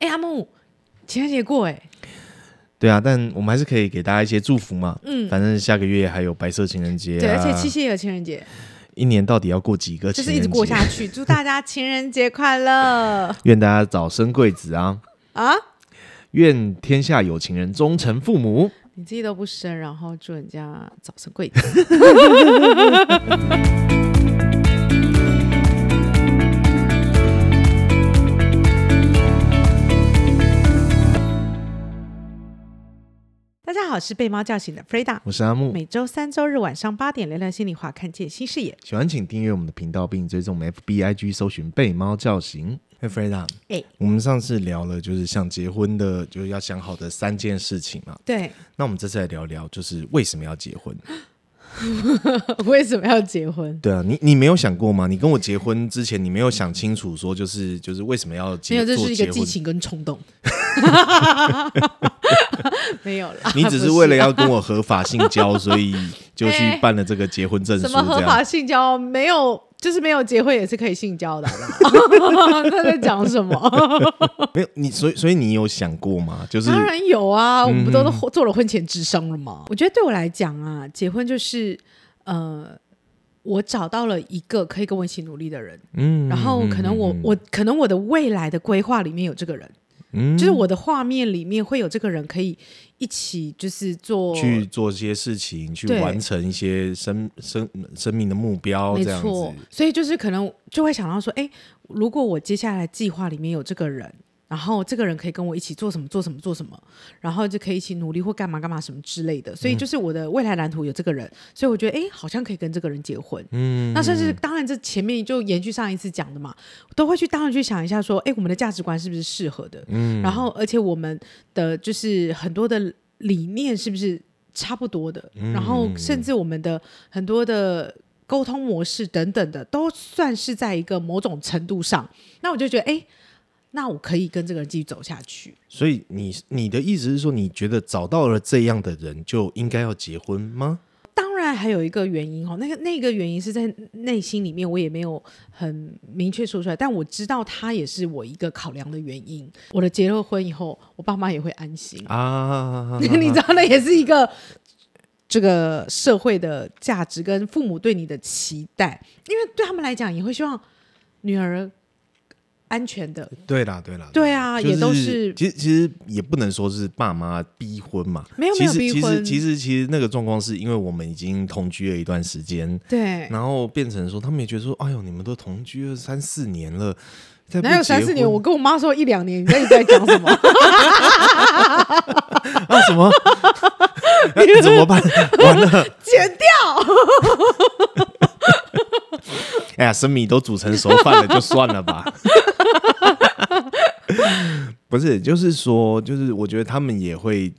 哎阿木，情人节过哎、对啊，但我们还是可以给大家一些祝福嘛。嗯，反正下个月还有白色情人节、啊，对，而且七夕也有情人节，一年到底要过几个就情是人一节？直过下去。 祝大家情人节快 乐愿大家早生贵子啊！啊！愿天下有情人终成父母。你自己都不生，然后祝人家早生贵子。 大家好，我是被猫叫醒的 Freda。我是阿木，每周三、周日晚上八点，聊聊心里话，看见新视野。喜欢请订阅我们的频道，并追踪我们 FBIG 搜寻“被猫叫醒”。哎 f r e d a 哎我们上次聊了就是想结婚的，就是要想好的三件事情嘛。对，那我们这次来聊聊，就是为什么要结婚？ 为什么要结婚？对啊，你你没有想过吗？你跟我结婚之前，你没有想清楚说，就是就是为什么要没结有，这做是一结个婚？激情跟冲动。没有啦， 你只不是为了要跟我合法性交，所以就去 哎办了这个结婚证书，什么合这法样。性交？没有，就是没有结婚也是可以性交 的，好不好 他在讲什么？没有你，所以所以你有想过吗？就是嗯当然有啊，我们不都都做了婚前智商了吗？我觉得对我来讲啊，结婚就是呃，我找到了一个可以跟我一起努力的人，嗯然后可能我、我可能我的未来的规划里面有这个人，嗯就是我的画面里面会有这个人可以一起就是做去做些事情，去对完成一些生生生命的目标，没这样子错。，所以就是可能就会想到说，哎，如果我接下来计划里面有这个人，然后这个人可以跟我一起做什么做什么做什么，然后就可以一起努力或干嘛干嘛什么之类的。嗯所以就是我的未来蓝图有这个人，所以我觉得哎，好像可以跟这个人结婚。嗯，那甚至当然，这前面就延续上一次讲的嘛，都会去当然去想一下说，哎，我们的价值观是不是适合的？嗯，然后而且我们的就是很多的理念是不是差不多的？嗯然后甚至我们的很多的。沟通模式等等的，都算是在一个某种程度上。那我就觉得，哎、那我可以跟这个人继续走下去。所以你你的意思是说，你觉得找到了这样的人就应该要结婚吗？当然还有一个原因哦，那个那个原因是在内心里面，我也没有很明确说出来，但我知道它也是我一个考量的原因。我的结了婚以后，我爸妈也会安心， 啊，你知道，那也是一个这个社会的价值跟父母对你的期待，因为对他们来讲，也会希望女儿安全的。对啦，对啦，对啊，就也都是是其实其实也不能说是爸妈逼婚嘛，没有其实没有逼婚其实其实其实那个状况是因为我们已经同居了一段时间，对。然后变成说他们也觉得说，哎呦，你们都同居了三四年了，再不哪有三结四年？婚我跟我妈说一两年，你在你在讲什 么？啊什么？ 那 怎么办？完了，剪掉！哎呀，生米都煮成熟饭了，就算了吧。 不是，就是说，就是我觉得他们也会，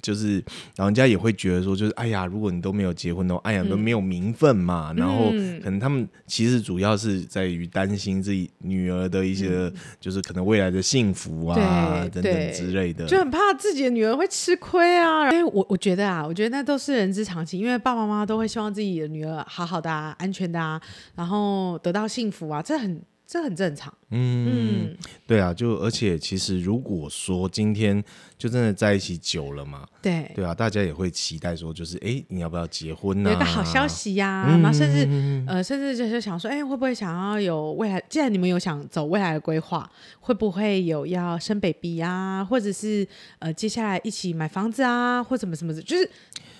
就是老人家也会觉得说，就是哎呀，如果你都没有结婚的话，哎呀，嗯都没有名分嘛。然后可能他们其实主要是在于担心自己女儿的一些，就是可能未来的幸福啊嗯对等对等之类的。就很怕自己的女儿会吃亏啊。因为我我觉得啊，我觉得那都是人之常情，因为爸爸妈妈都会希望自己的女儿好好的、啊、安全的、啊，然后得到幸福啊，这很这很正常。嗯，对啊，就而且其实如果说今天就真的在一起久了嘛，对，对啊，大家也会期待说，就是哎，你要不要结婚啊呢、有一个好消。息呀、嗯然后甚至、呃，甚至就是想说，哎、会不会想要有未来？既然你们有想走未来的规划，会不会有要生 baby 啊，或者是呃，接下来一起买房子啊，或什么什么的，就是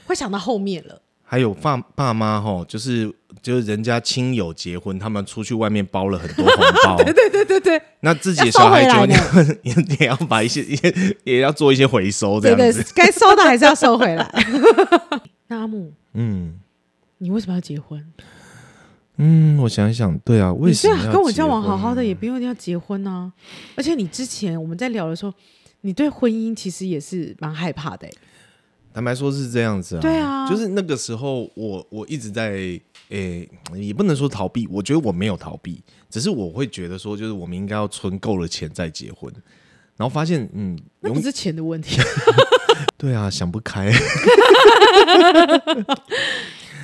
会想到后面了。还有爸爸妈吼，就是就是人家亲友结婚，他们出去外面包了很多红包，对对对 对对。那自己的小孩要收就回来也也要把一些也也要做一些回收这对样对子。，该收的还是要收回来。 那阿木，嗯你为什么要结婚？嗯，我想一想，对啊，为你什最么好要跟我结交往好婚啊好的，也不用一定要结婚啊。而且你之前我们在聊的时候，你对婚姻其实也是蛮害怕的欸、坦白说是这样子啊，对啊就是那个时候我我一直在诶、也不能说逃避，我觉得我没有逃避，只是我会觉得说，就是我们应该要存够了钱再结婚，然后发现嗯，那永不是钱的 问题。 对啊，想不开。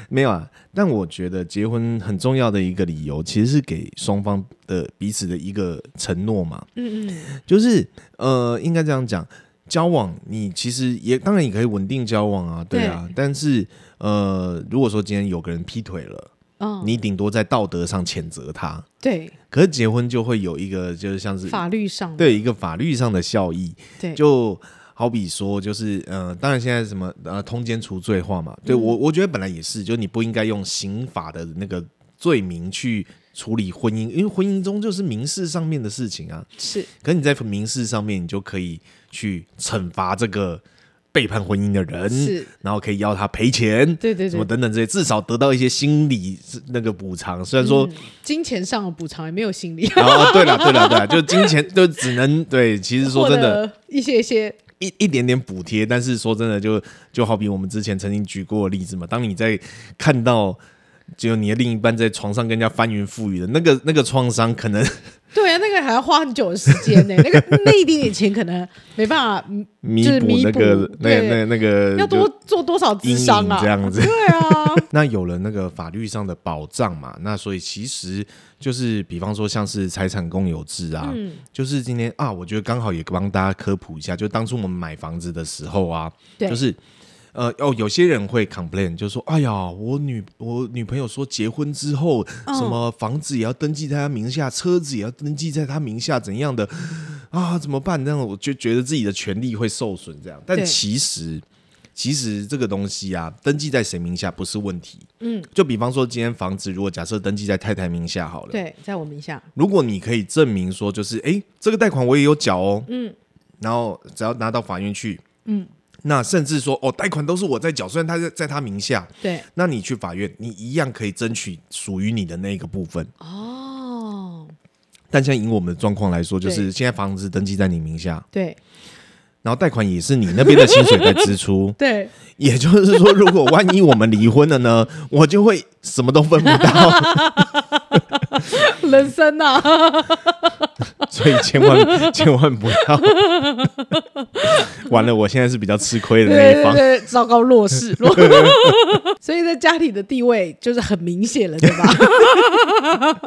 没有啊，但我觉得结婚很重要的一个理由，其实是给双方的彼此的一个承诺嘛。嗯嗯，就是呃，应该这样讲，交往你其实也当然也可以稳定交往啊，对啊。但是呃，如果说今天有个人劈腿了，哦，你顶多在道德上谴责他，对可是结婚就会有一个就是像是法律上的对一个法律上的效益，对就。好比说，就是呃，当然现在什么呃，通奸除罪化嘛，对、嗯我我觉得本来也是，就你不应该用刑法的那个罪名去处理婚姻，因为婚姻中就是民事上面的事情啊。是可你在民事上面，你就可以去惩罚这个背叛婚姻的人，是，然后可以要他赔钱，对对什么对，等等这些，至少得到一些心理那个补偿。虽然说，嗯金钱上的补偿也没有心理，然后对了对了对了，就金钱就只能对，其实 说真获的，得一些一些一一点点补贴，但是说真的就，就好比我们之前曾经举过的例子嘛，当你在看到。只有你的另一半在床上跟人家翻云覆雨的那个那个创伤，可能对啊，那个还要花很久的时间 呢、那个那一点点钱可能没办法，嗯弥就是补弥那补个那对那那个要就多做多少智阴商影啊？这样子。对啊， 那有了那个法律上的保障嘛，那所以其实就是，比方说像是财产共有制啊，嗯，就是今天啊，我觉得刚好也帮大家科普一下，就当初我们买房子的时候啊，对，就是呃哦，有些人会 complain，就说哎呀，我女我女朋友说结婚之后、嗯什么房子也要登记在她名下，车子也要登记在她名下，怎样的啊？怎么办？这样我就觉得自己的权利会受损，这样。但对其实其实这个东西啊，登记在谁名下不是问题。嗯，就比方说，今天房子如果假设登记在太太名下好了，对，在我名下，如果你可以证明说，就是哎，诶这个贷款我也有缴哦，嗯，然后只要拿到法院去，嗯，那甚至说哦，贷款都是我在缴，虽然他在在他名下，对，那你去法院，你一样可以争取属于你的那一个部分。哦，但现在以我们的状况来说，就对是现在房子登记在你名下，对，然后贷款也是你那边的薪水在支出 对，也就是说，如果万一我们离婚了呢，我就会什么都分不到。 人生呐、啊，所以千万千万不要。 完了，我现在是比较吃亏的那对一对方。对，糟糕弱势， 弱所以在家里的地位就是很明显了，对吧？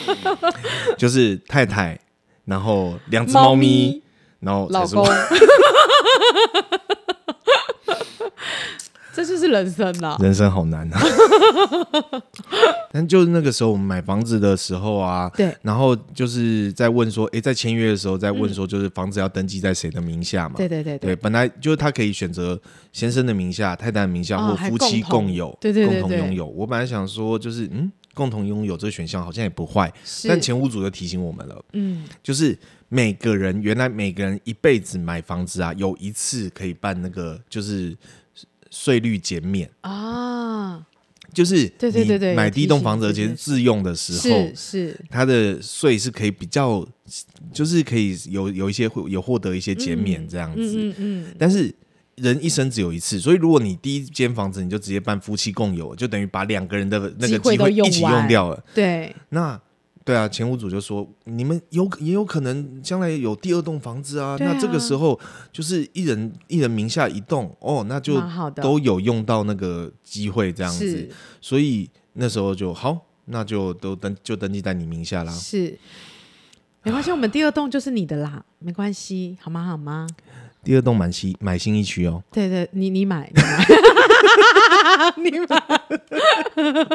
就是太太，然后两只猫猫咪咪，然后才老是公我。， 这就是人生啊呐、人生好难 啊！但就是那个时候我们买房子的时候啊，对嗯然后就是在问说，诶，在签约的时候在问说，就是房子要登记在谁的名下嘛？对对对对，本来就是他可以选择先生的名下、太太的名下哦或还夫妻共同共有，对对对共对同拥有。我本来想说，就是嗯，共同拥有这个选项好像也不坏，是，但前屋主就提醒我们了，嗯，就是每个人原来每个人一辈子买房子啊，有一次可以办那个就是税率减免，啊，就是对对对对你买有提第一栋醒房子，对而且对是自用的时候是。是，它的税是可以比较，就是可以有有一些会有获得一些减免这样子，嗯嗯嗯，但是人一生只有一次，所以如果你第一间房子你就直接办夫妻共有，就等于把两个人的那机个会机都会用一起完用掉了。对，那对啊，前屋主就说嗯你们有也有可能将来有第二栋房子啊，对啊那这个时候就是一人一人名下一栋哦，那就蛮好的，都有用到那个机会这样子是，所以那时候就好，那就都登就登记在你名下啦。是。没关系，我们第二栋就是你的啦，没关系，好吗？好吗？第二栋买新买新一区哦，对对，你你买，你买， 你买，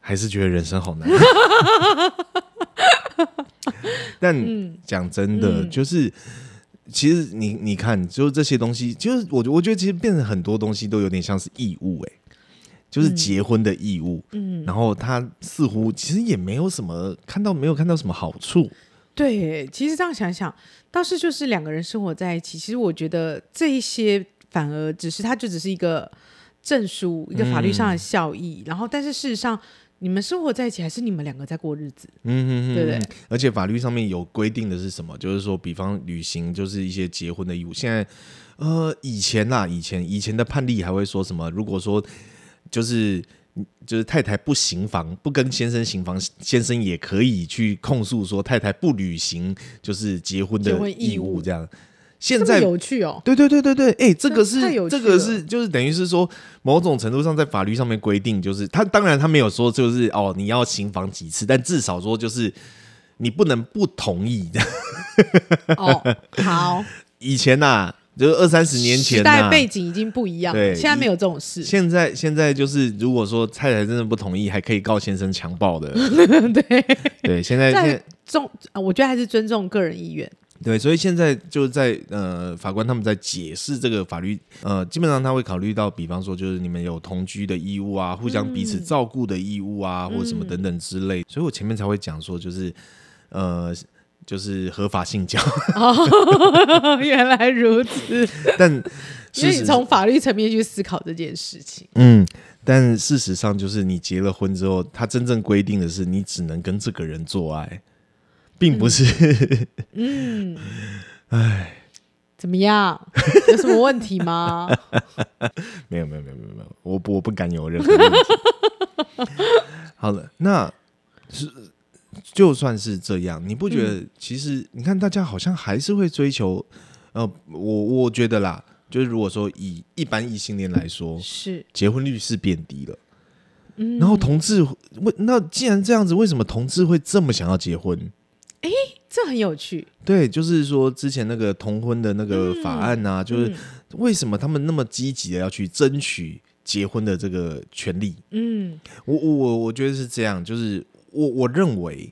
还是觉得人生好难。但讲真的，就是其实你你看，就是这些东西，就是我我觉得其实变成很多东西都有点像是义务、欸，就是结婚的义务。嗯，然后他似乎其实也没有什么看到，没有看到什么好处。对耶。其实这样想想，倒是就是两个人生活在一起，其实我觉得这一些反而只是它就只是一个证书，一个法律上的效益。然后，但是事实上，你们生活在一起，还是你们两个在过日子，嗯哼哼，对不对嗯而且法律上面有规定的是什么？就是说，比方履行就是一些结婚的义务。现在，呃，以前啦，以前以前的判例还会说什么？如果说就是就是太太不行房，不跟先生行房，先生也可以去控诉说太太不履行就是结婚的结婚义义务务这样。现这么在有趣 哦，对对对对对，哎、这个是太有趣这个了是就是等于是说，某种程度上在法律上面规定，就是他当然他没有说就是哦你要行房几次，但至少说就是你不能不同意。 哦，好，以前呐、就是二三十 年前、时呐。代背景已经不一样了，对现在没有这种事，现在现在就是，如果说太太真的不同意，还可以告先生强暴的。 对，对，现在现在在重，啊我觉得还是尊重个人意愿， 对，所以现在就在呃，法官他们在解释这个法律，呃，基本上他会考虑到，比方说就是你们有同居的义务啊，互相彼嗯此照顾的义务啊，或者什么等等之类。所以我前面才会讲说，就是呃。就是合法性交，哦，原来如此， 但所事以实你从法律层面去思考这件事情，嗯，但事实上就是你结了婚之后，他真正规定的是你只能跟这个人做爱，并嗯不是、怎么样？有什么问题 吗？没有没有没有没有没有，我不我不敢有任何问题。好了，那是就算是这样，你不觉得？其实你看，大家好像还是会追求，呃，我我觉得啦，就是如果说以一般异性恋来说，是结婚率是变低了。然后同志为那既然这样子，为什么同志会这么想要结婚？这很有趣，对，就是说之前那个同婚的那个嗯法案啊，就是为什么他们那么积极的要去争取结婚的这个权利？嗯我我我我觉得是这样，就是我我认为，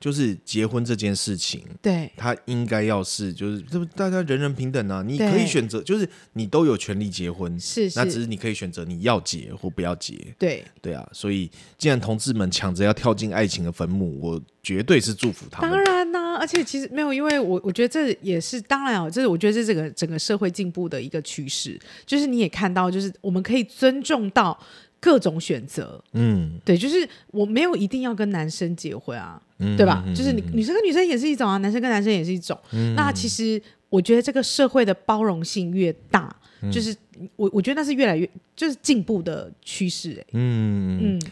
就是结婚这件事情，对，它应该要是就是这不大家人人平等啊，你可对以选择，就是你都有权利结婚，是是那只是你可以选择你要结或不要结，对，对啊，所以既然同志们抢着要跳进爱情的坟墓，我绝对是祝福他们当。然啦、而且其实没有，因为我我觉得这也是当然哦，这是我觉得这是整个整个社会进步的一个趋势，就是你也看到，就是我们可以尊重到各种选择，嗯，对，就是我没有一定要跟男生结婚啊，嗯对吧？嗯就是你女生跟女生也是一种啊，男生跟男生也是一种。那其实我觉得这个社会的包容性越大，嗯就是我我觉得那是越来越就是进步的趋势、欸。嗯嗯嗯，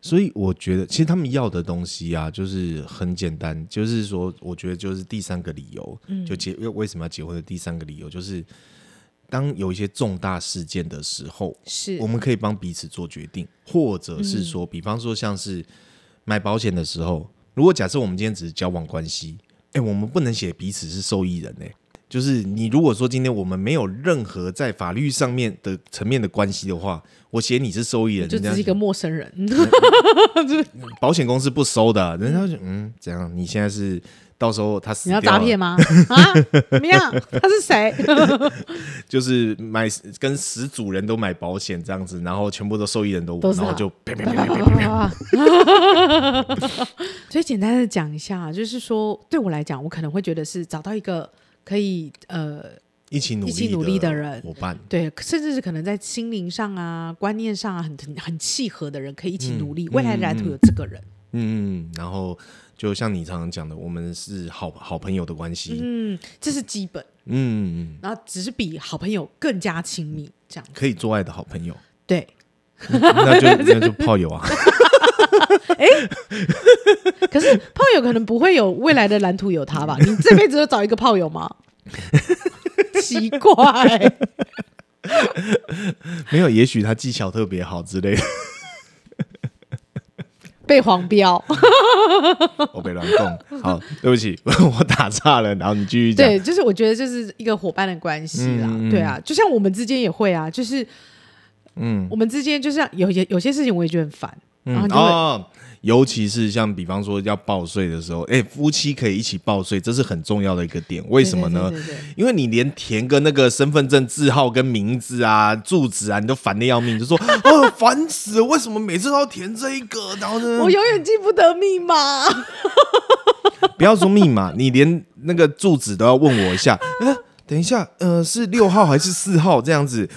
所以我觉得，其实他们要的东西啊，就是很简单，就是说，我觉得就是第三个理由，嗯就结为为什么要结婚的第三个理由，就是当有一些重大事件的时候，是嗯我们可以帮彼此做决定，或者是说，比方说像是买保险的时候，如果假设我们今天只是交往关系，哎、我们不能写彼此是受益人哎、就是你如果说今天我们没有任何在法律上面的层面的关系的话，我写你是受益人，就人家只是一个陌生人。保险公司不收的，人家就嗯，怎样？你现在是到时候他死你掉要了诈骗吗？啊，怎么样？他是谁？就是买跟十组人都买保险这样子，然后全部都受益人都我，都是啊然后他就啪 啪啪啪啪啪 所以简单的讲一下，就是说，对我来讲，我可能会觉得是找到一个可以呃一起努力一起努力的人伙伴，对，甚至是可能在心灵上啊、观念上啊，很很很契合的人，可以一起努力，未来蓝图有这个人。嗯，然后就像你常常讲的，我们是好好朋友的关系，嗯，这是基本，嗯，然后只是比好朋友更加亲密，这样可以做爱的好朋友， 对。那 就那就炮友啊，可是炮友可能不会有未来的蓝图有 他吧？你这辈子都找一个炮友吗？奇怪，没有，也许他技巧特别好之 类的，被黄 标。我被乱动。好，对不起， 我打岔了，然后你继续讲，对，就是我觉得就是一个伙伴的关系啦，嗯嗯嗯对啊，就像我们之间也会啊，就是嗯我们之间就是有些有些事情我也觉得很烦，然后嗯你就会、哦，尤其是像比方说要报税的时候，哎、夫妻可以一起报税，这是很重要的一个点。为什么呢？对对对对对因为你连填个那个身份证字号跟名字啊、住址啊，你都烦的要命，就说哦烦死了，为什么每次都要填这一个？然后呢我，永远记不得密码。 不要说密码，你连那个住址都要问我一下。 呃，等一下，呃，是六号还是四号这样子？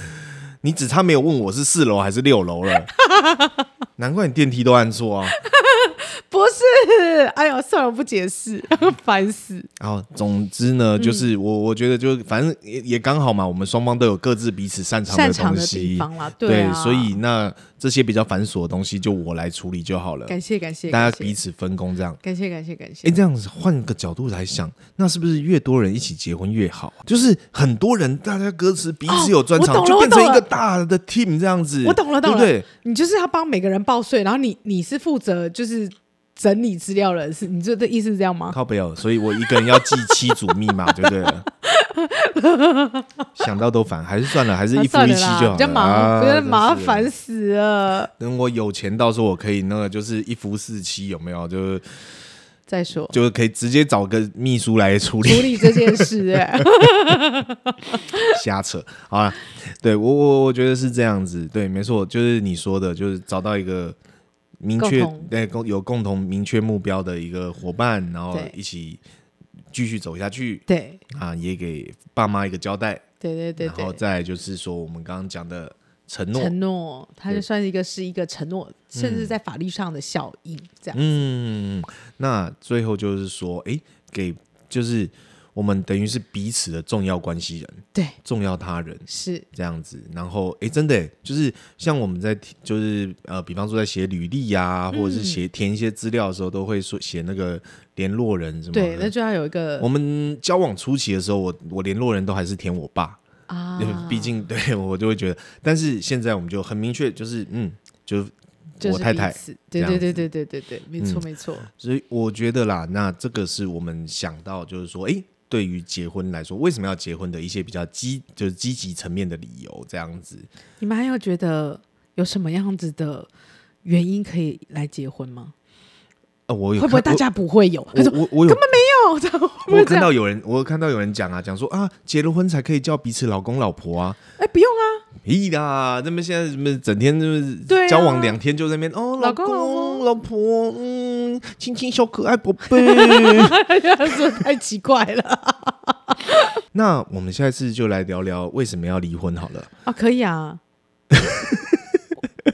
你只差 没有问我是四楼还是六楼了，难怪你电梯都按错啊！不是，哎呦，算了，我不解 释，烦死。然后，总之嗯呢，就是我我觉得就反正也也刚好嘛，我们双方都有各自彼此擅长擅长东的地西，方啦，对，啊，所以那这些比较繁琐的东西就我来处理就好了，感谢感谢，大感家彼谢此分工这样。感谢感谢感哎，谢，这样子换个角度来想，那是不是越多人一起结婚越好？就是很多人，大家歌词彼此有专长，哦我懂了就变成一我个懂了大的 team 这样子。我懂了懂了，对不对？你就是要帮每个人报税，然后你你是负责就是整理资料的人，是你这的意思是这样吗？靠北哦，所以我一个人要 记七组密码，对不对了？想到都烦，还是算了，还是啊一夫算一了妻啦就好比较了。麻，啊不真要是麻烦死了。等我有钱，到时候我可以那个，就是一夫四妻，有没有？就是再说就是可以直接找个秘书来处理处理这件事， 哎，瞎扯，好了，对我我我觉得是这样子，对，没错，就是你说的，就是找到一个明确共同对共有共同明确目标的一个伙伴，然后对一起继续走下去对啊，也给爸妈一个交代，对对对然后对。再来就是说我们刚刚讲的承诺，承诺，它就对算是一个是一个承诺，甚至在法律上的效应，这样。嗯，那最后就是说，诶，给就是我们等于是彼此的重要关系人，对，重要他人，是，这样子，然后哎，诶真的诶就是像我们在提就是呃，比方说在写履历呀、嗯或者是写填一些资料的时候，都会说写那个联络人什么对，那的。就要有一个嗯我们交往初期的时候，我我联络人都还是填我 爸，啊因为，毕竟对我就会觉得，但是现在我们就很明确，就是嗯，就就是我太彼太此，这对样对子对对对对对，没错嗯没错，所以我觉得啦，那这个是我们想到就是说，诶，对于结婚来说，为什么要结婚的一些比较积就是积极层面的理由这样子。你们还有觉得有什么样子的原因可以来结婚吗？呃，我有会不会大看我家不会有？他我说我我有没有，这样会不我有会这看样？到有人，我有看到有人讲啊，讲说啊，结了婚才可以叫彼此老公老婆啊，哎，不用啊， 屁啦！那么现在什么整天就是对啊交往两天就在那边哦，老老公公老婆，嗯，亲亲小可爱宝贝。 说太奇怪了那我们下一次就来聊聊为什么要离婚好了。啊，可以啊。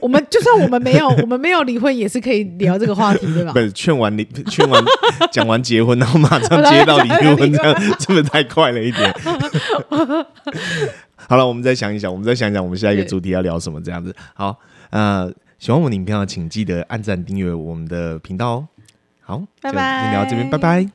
我我们就算我们没有，我们没有离婚，也是可以聊这个话题，对吧不？是劝完离，劝完 讲完结婚，然后马上接到离婚，这样是不是太快了一点？ 好了，我们再想一想，我们再想一想，我们下一个对主题要聊什么？这样子，好，呃，喜欢我们的影片的，请记得按赞、订阅我们的频道哦。好，拜就今天聊到这边，拜拜拜。